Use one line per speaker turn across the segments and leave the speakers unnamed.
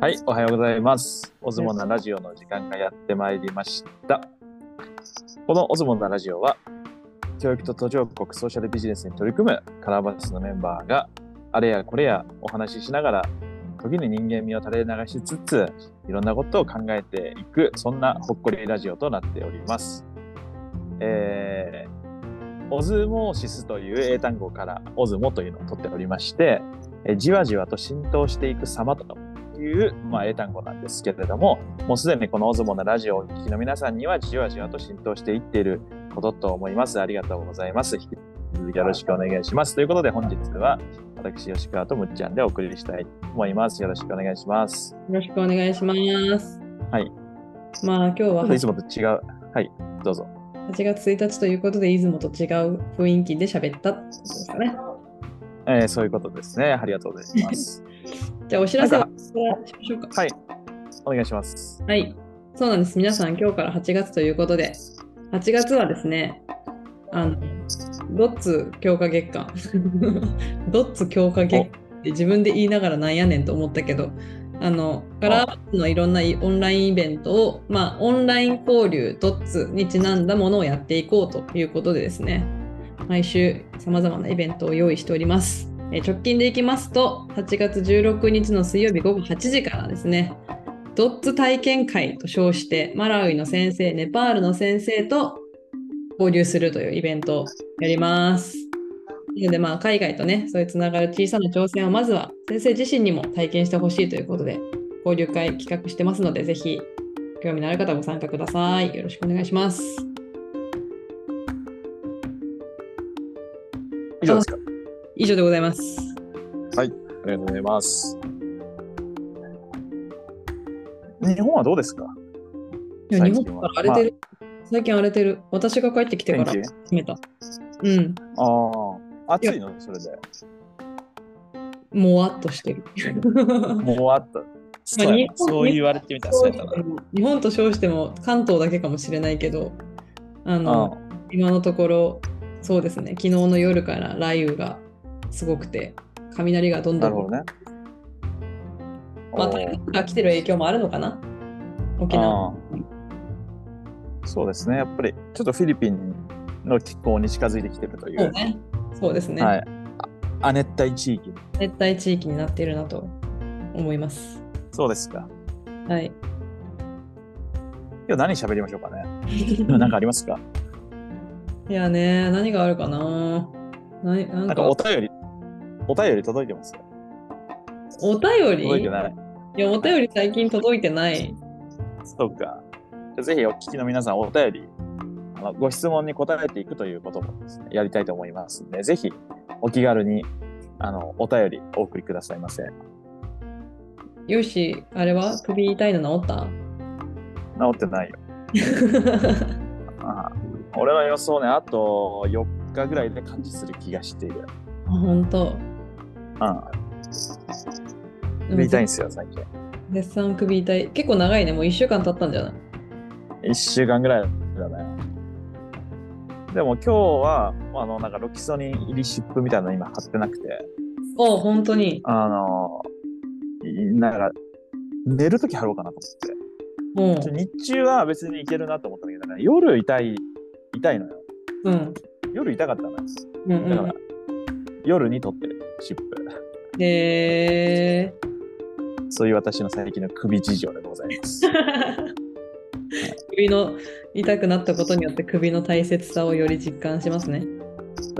はい、おはようございます。オズモナラジオの時間がやってまいりました。このオズモナラジオは、教育と途上国ソーシャルビジネスに取り組むカラーバスのメンバーが、あれやこれやお話ししながら、時に人間味を垂れ流しつつ、いろんなことを考えていく、そんなほっこりラジオとなっております。えーオズモーシスという英単語からオズモというのを取っておりまして、えーじわじわと浸透していく様という、まあ、英単語なんですけれども、もうすでにこのオズモのラジオをお聞きの皆さんにはじわじわと浸透していっていることと思います。ありがとうございます。引き続きよろしくお願いします。ということで本日は私、吉川とむっちゃんでお送りしたいと思います。よろしくお願いします。
よろしくお願いします。
はい。
まあ今
ち
日
ょ
は
っとい
8
つもと違う。はい、どうぞ。
月1日ということで、出雲と違う雰囲気で喋ったってことですかね。
えーそういうことですね。ありがとうございます。
じゃあお知らせを
な
しましょうか。
はい、お願いします。
はい。そうなんです。皆さん今日から8月ということで、8月はですね、あの、ドッツ強化月間。 ドッツ強化月間って自分で言いながらなんやねんと思ったけど、あの、カラーバスのいろんなオンラインイベントを、まあ、オンライン交流、ドッツにちなんだものをやっていこうということでですね、毎週さまざまなイベントを用意しております。えー直近でいきますと、8月16日の水曜日午後8時からですね、ドッツ体験会と称して、マラウイの先生、ネパールの先生と交流するというイベントをやります。なので、まあ、海外とね、そういうつながる小さな挑戦をまずは先生自身にも体験してほしいということで、交流会企画してますので、ぜひ興味のある方はご参加ください。よろしくお願いします。
以上ですか。
以上でございます。
ありがとうございます。日本はどうですか
いや
最
日
近は
本から荒れてる、最近荒れてる。私が帰ってきてから
天気
始めた。うん、
ああ、暑いのそれで。
もわっとしてる。
もうあった。そうやなそう言われてみたらそうやったな。
日本と称しても関東だけかもしれないけどあの
あ
今のところそうですね昨日の夜から雷雨がすごくて雷がどん
な
ど
るほ
ん
どね。
まあ台風が来てる影響もあるのかな沖
あ
縄
あそうですね。やっぱりちょっとフィリピンの気候に近づいてきてるとい
そう
う、
ねそうですね、
はい、あ亜熱帯地域。
熱帯地域になっているなと思います
そうですか。
はい
今日何喋りましょうかね。今何かありますか
いやね何があるかな何な
な
ん
ん
か
かお便り、お便り届いてます
お便り
届いてない。
いやお便り最近届いてない
そうか。じゃあぜひお聞きの皆さん、お便り、あのご質問に答えていくということもですね、やりたいと思いますので、ぜひお気軽にあのお便りお送りくださいませ。治
よしあれは首痛いの治った
ってないよ。ああ俺の予想ね、あと4日ぐらいで完治する気がしている。
あ 本当。
うん。首
でも
痛いんですよ、最近。
絶賛首痛い。結構長いね。もう1週間経ったんじゃない
1週間ぐらいだね。でも今日は、あの、なんかロキソニン入り湿布みたいなの今貼ってなくて。
お本当に。
あの、いなんか、寝るとき貼ろうかなと思
も
って。日中は別にいけるなと思ったんだけど、なんか夜痛い、痛いのよ。
う。うん。
夜痛かったのよ。
うん
だ
う
から、
ん。
夜に撮ってる、湿布。
へえ。
そういう私の最近の首事情でございます。
首の痛くなったことによって首の大切さをより実感しますね。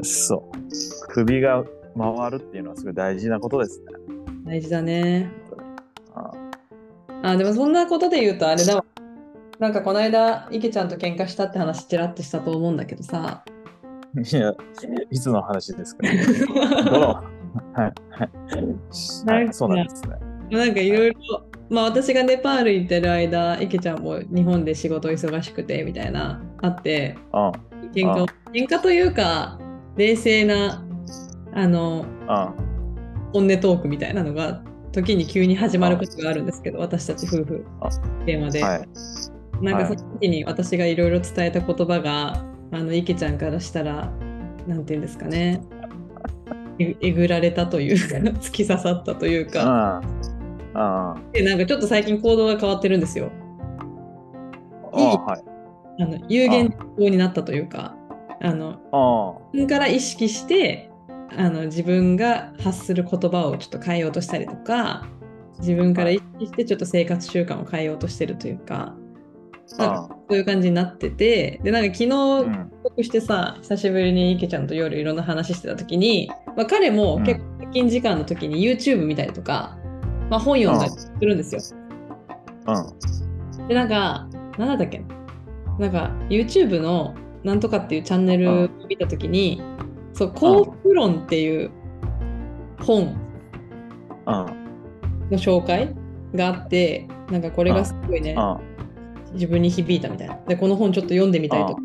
そう。首が回るっていうのはすごい大事なことですね。
大事だね。
あ
あ、でもそんなことで言うとあれだわ。なんかこの間、池ちゃんと喧嘩したって話ちらっとしたと思うんだけどさ。
いや、いつの話ですか、ね、どのはい。はい。そうなんですね。
なんかいろいろ、まあ私がネパール行ってる間、池ちゃんも日本で仕事忙しくてみたいな、あって、
うん。
喧嘩
あ
を喧嘩というか、冷静な、あ
う
の、
ん。
本音トークみたいなのが、時に急に始まることがあるんですけど、私たち夫婦
あ、
テーマで。
はい。
なんかその時に私がいろいろ伝えた言葉が、あの、池ちゃんからしたら、なんていうんですかね、ええぐられたというか、突き刺さったというか、
うあ
でなんかちょっと最近行動が変わってるんですよ。
あ、はい。
あの有限法になったというか、あの
あ
自分から意識してあの自分が発する言葉をちょっと変えようとしたりとか自分から意識してちょっと生活習慣を変えようとしてるというかなん
あ
か、そういう感じになっててでなんか昨
う
日
ん。
帰国してさ久しぶりに池ちゃんと夜いろんな話してた時に、まあ、彼も結構出勤時間の時に YouTube 見たりとか、まあ、本読んだりするんですよ。
うん。
でなんか何だったっけななんか YouTube のなんとかっていうチャンネルを見た時に「そう幸福論」っていう本
うん。
の紹介があってなんかこれがすごいね
うん。
自分に響いたみたいなでこの本ちょっと読んでみたいとか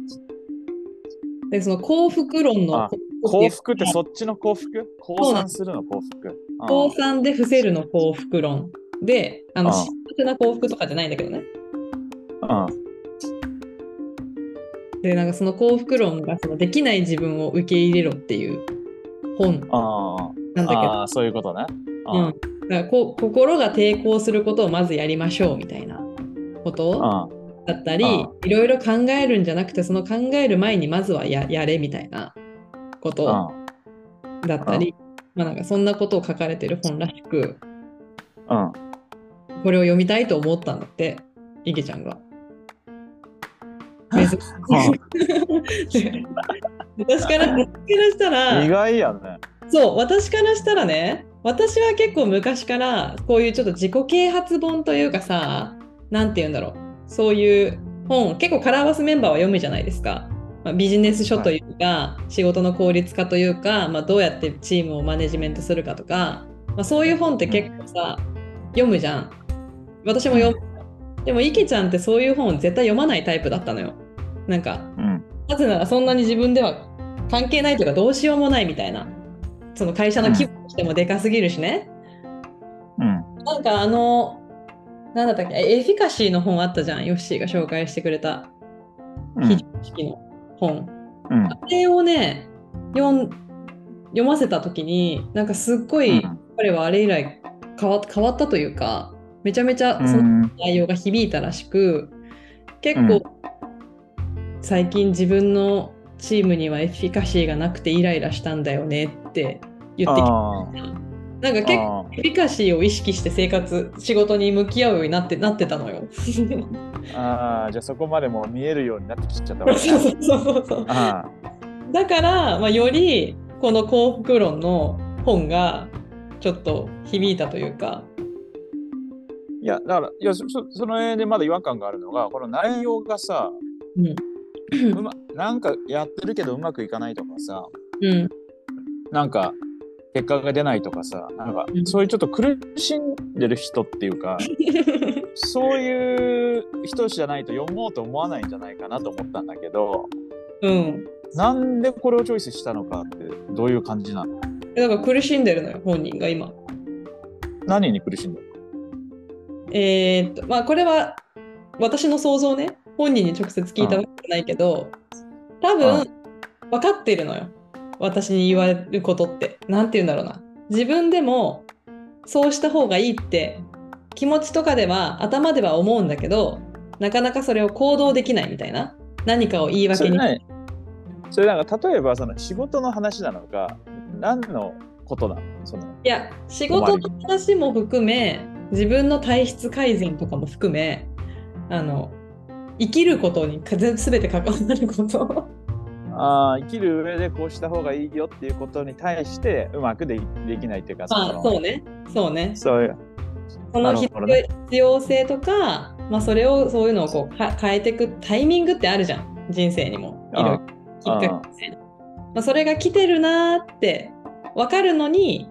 でその幸福論の
あ幸福ってそっちの幸福降参するの幸福。
高3で伏せるの幸福論であの
ああ
幸せな幸福とかじゃないんだけどね
うん。
でなんかその幸福論がそのできない自分を受け入れろっていう本
あ
なんだけど
あ、そういうことね。
うん、だからこう心が抵抗することをまずやりましょうみたいなこと
う
だったり
あ
いろいろ考えるんじゃなくてその考える前にまずはややれみたいなこと
ん。
だったり、まあ、なんかそんなことを書かれてる本らしく
うん。
これを読みたいと思ったんだっていげちゃんが。珍しい 私から私からしたら
意外やね。
そう私からしたらね私は結構昔からこういうちょっと自己啓発本というかさなんて言うんだろうそういう本結構カラーバスメンバーは読むじゃないですか、まあ、ビジネス書というか、仕事の効率化というか、まあ、どうやってチームをマネジメントするかとか、まあ、そういう本って結構さ読むじゃん私も読むでも池ちゃんってそういう本絶対読まないタイプだったのよなんか
うん。
なぜならそんなに自分では関係ないというかどうしようもないみたいなその会社の規模としてもでかすぎるしね、
うん。
なんかあのなんだったっけエフィカシーの本あったじゃんヨッシーが紹介してくれた非常識の本、
うん。
あれをね読ん読ませた時になんかすっごい彼はあれ以来変わ変わったというかめちゃめちゃその内容が響いたらしく結構、最近自分のチームにはエフィカシーがなくてイライラしたんだよねって言ってき
あ
たなんか結構エフィカシーを意識して生活仕事に向き合うようになって なってたのよそう
あーじゃあそこまでもう見えるようになってきちゃったわけ
そう
ね
そうそうそう
あ
だから、まあ、よりこの幸福論の本がちょっと響いたというか
ーいやだからいやそそその辺でまだ違和感があるのがこの内容がさ、
うん
うま、 なんかやってるけどうまくいかないとかさ
うん
なんか結果が出ないとかさなんか
うん
そういうちょっと苦しんでる人っていう かそういう人じゃないと読もうと思わないんじゃないかなと思ったんだけど
うん
なんでこれをチョイスしたのかってどういう感じなの
だから苦しんでるのよ本人が今
何に苦しんでる
えーっとまあこれは私の想像ね本人に直接聞いたわけじゃないけど多
う
分分かってるのよ私に言われることって何て言うんだろうな自分でもそうした方がいいって気持ちとかでは頭では思うんだけどなかなかそれを行動できないみたいな何かを言い
そ
訳
れ
に
何それなんか例えばその仕事の話なのか何のことなのその
いや仕事の話も含め自分の体質改善とかも含めあの生きることにか 全全て関わ ること
あー生きる上でこうした方がいいよっていうことに対してうまくでできないっていうか
まあ
の
そうねそうね
そういう
そ
な
の
る
必
ほどね
必要性とか、まあ、それをそういうのをこうか変えていくタイミングってあるじゃん人生にもいろいろきっかけ
あ
ねまあ、それが来てるなーって分かるのに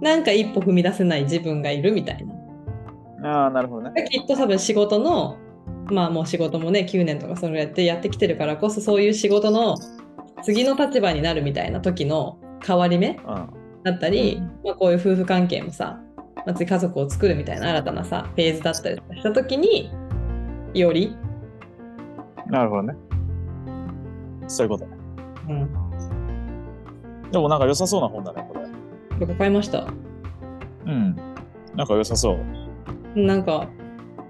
なんか一歩踏み出せない自分がいるみたいな
ああなるほどね
きっと多分仕事のまあもう仕事もね9年とかそれやってやってきてるからこそそういう仕事の次の立場になるみたいな時の変わり目
うん
だったり、まあ、こういう夫婦関係もさ、まあ、次家族を作るみたいな新たなさフェーズだったりとかした時により、
なるほどねそういうことね
うん、
でもなんか良さそうな本だねこれ
僕買いました
うんなんか良さそう
なんか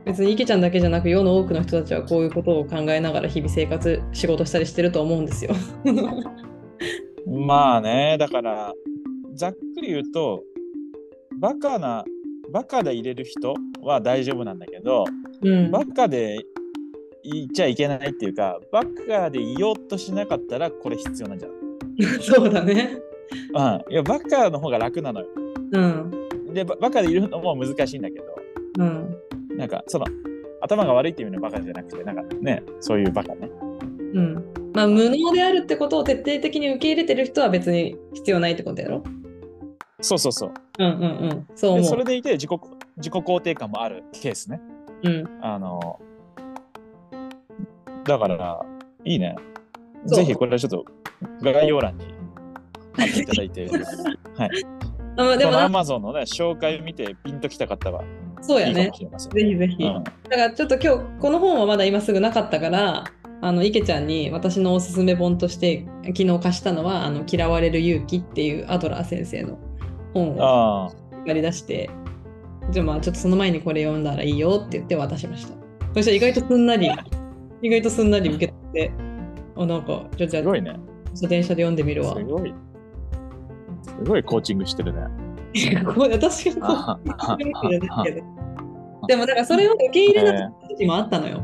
別に池ちゃんだけじゃなく世の多くの人たちはこういうことを考えながら日々生活仕事したりしてると思うんですよ。
まあね、だから、ざっくり言うと、バカな、バカで入れる人は大丈夫なんだけど、
うん、
バカで言っちゃいけないっていうか、バカで言おうとしなかったらこれ必要なんじゃ
そうだね。
ないうん。いや、バカの方が楽なのよ。
うん
で、ババカでいるのも難しいんだけど、
うん
なんか、その、頭が悪いっていう意味のバカじゃなくて、なんかね、そういうバカね。
うん。まあ無能であるってことを徹底的に受け入れてる人は別に必要ないってことやろ。
そうそうそう。
うんうんうん。そう
で
思う。
それでいて自己、自己肯定感もあるケースね。
うん、
あの、だから、いいね。
そ
ぜ
う
ひこれはちょっと概要欄に貼っていただいて。
あまあでも
この
な
Amazon のね、紹介見てピンときた方は
そう
い
や
いか
ね
も。しれません。
ぜひぜひ。
うん
だからちょっと今日この本はまだ今すぐなかったからあの池ちゃんに私のおすすめ本として昨日貸したのは「あの嫌われる勇気」っていうアドラー先生の本を
あ
借り出してじゃあまあちょっとその前にこれ読んだらいいよって言って渡しましたそしたら意外とすんなり意外とすんなり受け取ってあなんかじゃあじ
あ、
ゃあ
すごいね。
自転車で読んでみ
す
るわ
ごい。すごいコーチングしてるね。
いやこう私 がこう
あ
言
あ
ってるわけじゃないけど でもだからそれを受け入れなかった時もあったのよ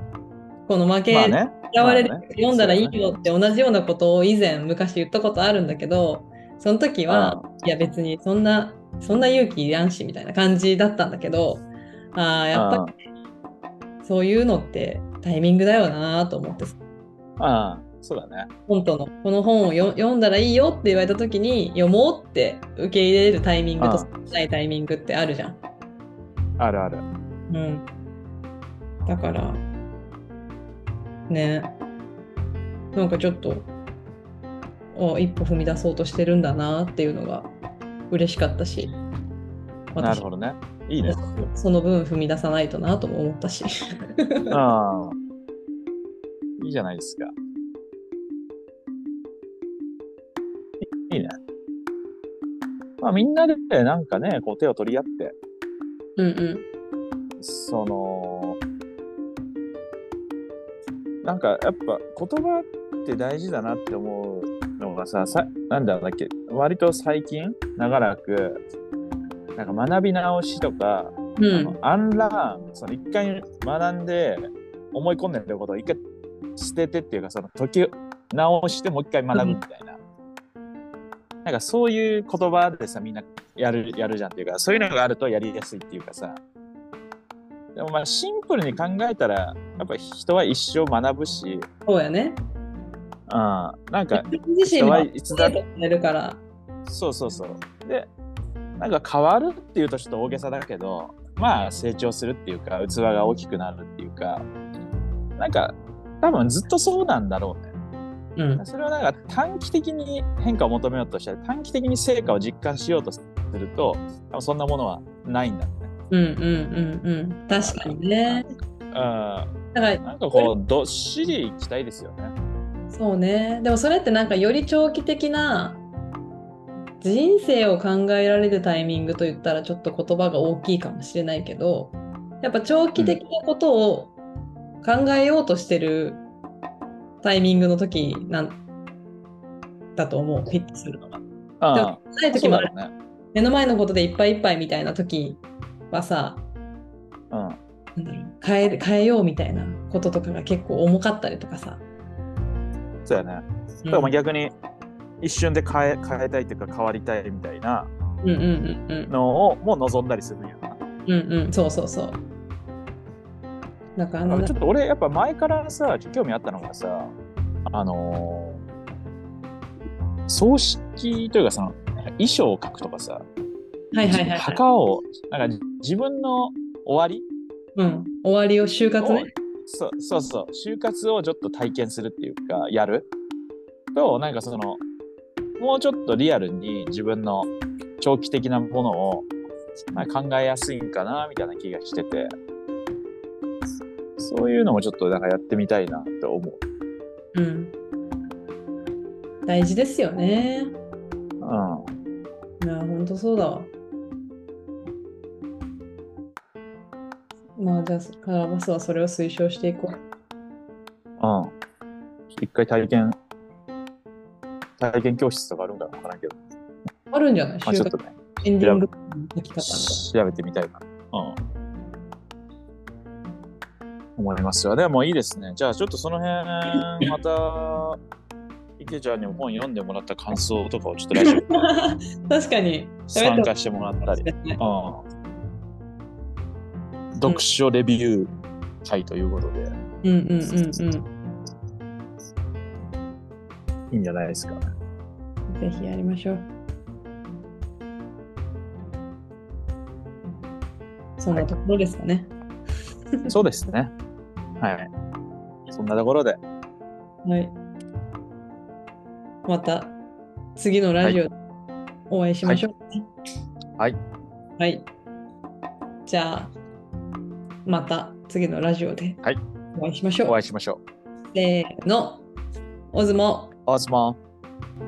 この負け、
まあね。
嫌われる
まあね
読んだらいいよって同じようなことを以前昔言ったことあるんだけどその時は、いや別にそんなそんな勇気いらんしみたいな感じだったんだけどあーやっぱ
り。
りそういうのってタイミングだよなと思って
ああ、そうだね。
本当のこの本をよ読んだらいいよって言われた時に読もうって受け入れるタイミング
あ
と
あ
そうじゃないタイミングってあるじゃん。
あるある。
うん、だからねなんかちょっとあ一歩踏み出そうとしてるんだなっていうのが嬉しかったし
なるほどね。いいね。
その分踏み出さないとなとも思ったし
ああ。いいじゃないですか。いいいね。まあみんなでなんかね、こう手を取り合って、
うんうん
その、なんかやっぱ言葉って大事だなって思うのがさ、さなんだろうだっけ、割と最近長らく、なんか学び直しとか、
う
あの
ん
アンラーン、その一回学んで思い込んでることを一回捨ててっていうか、その解き直してもう一回学ぶみたいな。なんかそういう言葉でさ、みんなやる、やるじゃんっていうか、そういうのがあるとやりやすいっていうかさ。でもまあシンプルに考えたら、やっぱ人は一生学ぶし、
そうやね
あなんか
自分自身
人は
も
いつだ
とれるから
そうそうそう。で、なんか変わるっていうとちょっと大げさだけど、まあ成長するっていうか、器が大きくなるっていうか、なんか多分ずっとそうなんだろうね。
うん
それはなんか短期的に変化を求めようとしたり、短期的に成果を実感しようとすると、多分そんなものはないんだね。
うんうんうんうん確かにね
うん、な
だから
んかこう、どっしりいきたいですよね。
そうねでもそれってなんかより長期的な人生を考えられるタイミングといったらちょっと言葉が大きいかもしれないけどやっぱ長期的なことを考えようとしてるタイミングの時なんだと思うフィットするのが。
うん
でもない
そ
時
う
も
だ
ある
ろうね。
目の前のことでいっぱいいっぱいみたいな時はさ
うん。
なんだろう変え変えようみたいなこととかが結構重かったりとかさ。
そうやね。だからまあ逆に、一瞬で変え変えたいというか変わりたいみたいな
うんうんうんうん
のをも望んだりするんやな。
うんうん、そうそうそう。だからあの、
ちょっと俺やっぱ前からさ興味あったのがさあのー、葬式というかその衣装を書くとかさ、
はいはいはい。
墓をなんか自分の終わり
うん、終わりを就活ね。
そうそうそう就活をちょっと体験するっていうかやるとなんかそのもうちょっとリアルに自分の長期的なものを、まあ、考えやすいんかなみたいな気がしててそういうのもちょっとなんかやってみたいなと思う。
うん。大事ですよね。
う
いや、ほんとそうだわ。まあじゃあカラーバスはそれを推奨していこ
うん。一回体験、体験教室とかあるんかわからんけど、
う。あるんじゃない
まあ、ちょっとね、
エンディングの書き方みたい
調
な。
べてみたいな。うん。思いますよ。でもいいですね。じゃあちょっとその辺、また、池ちゃんにも本読んでもらった感想とかをちょっとラジオ
確かに。
参加してもらったり。うん。読書レビュー会ということで、
うんうんうんうん。
いいんじゃないですか。
ぜひやりましょう。そんなところですかね。
そうですね。はい。そんなところで、
はい。また次のラジオでお会いしましょう。
はい。
はい。じゃあ、また次のラジオで
はい
お会いしましょう。
お会いしましょう。
せーの。オズモ。
オズモン。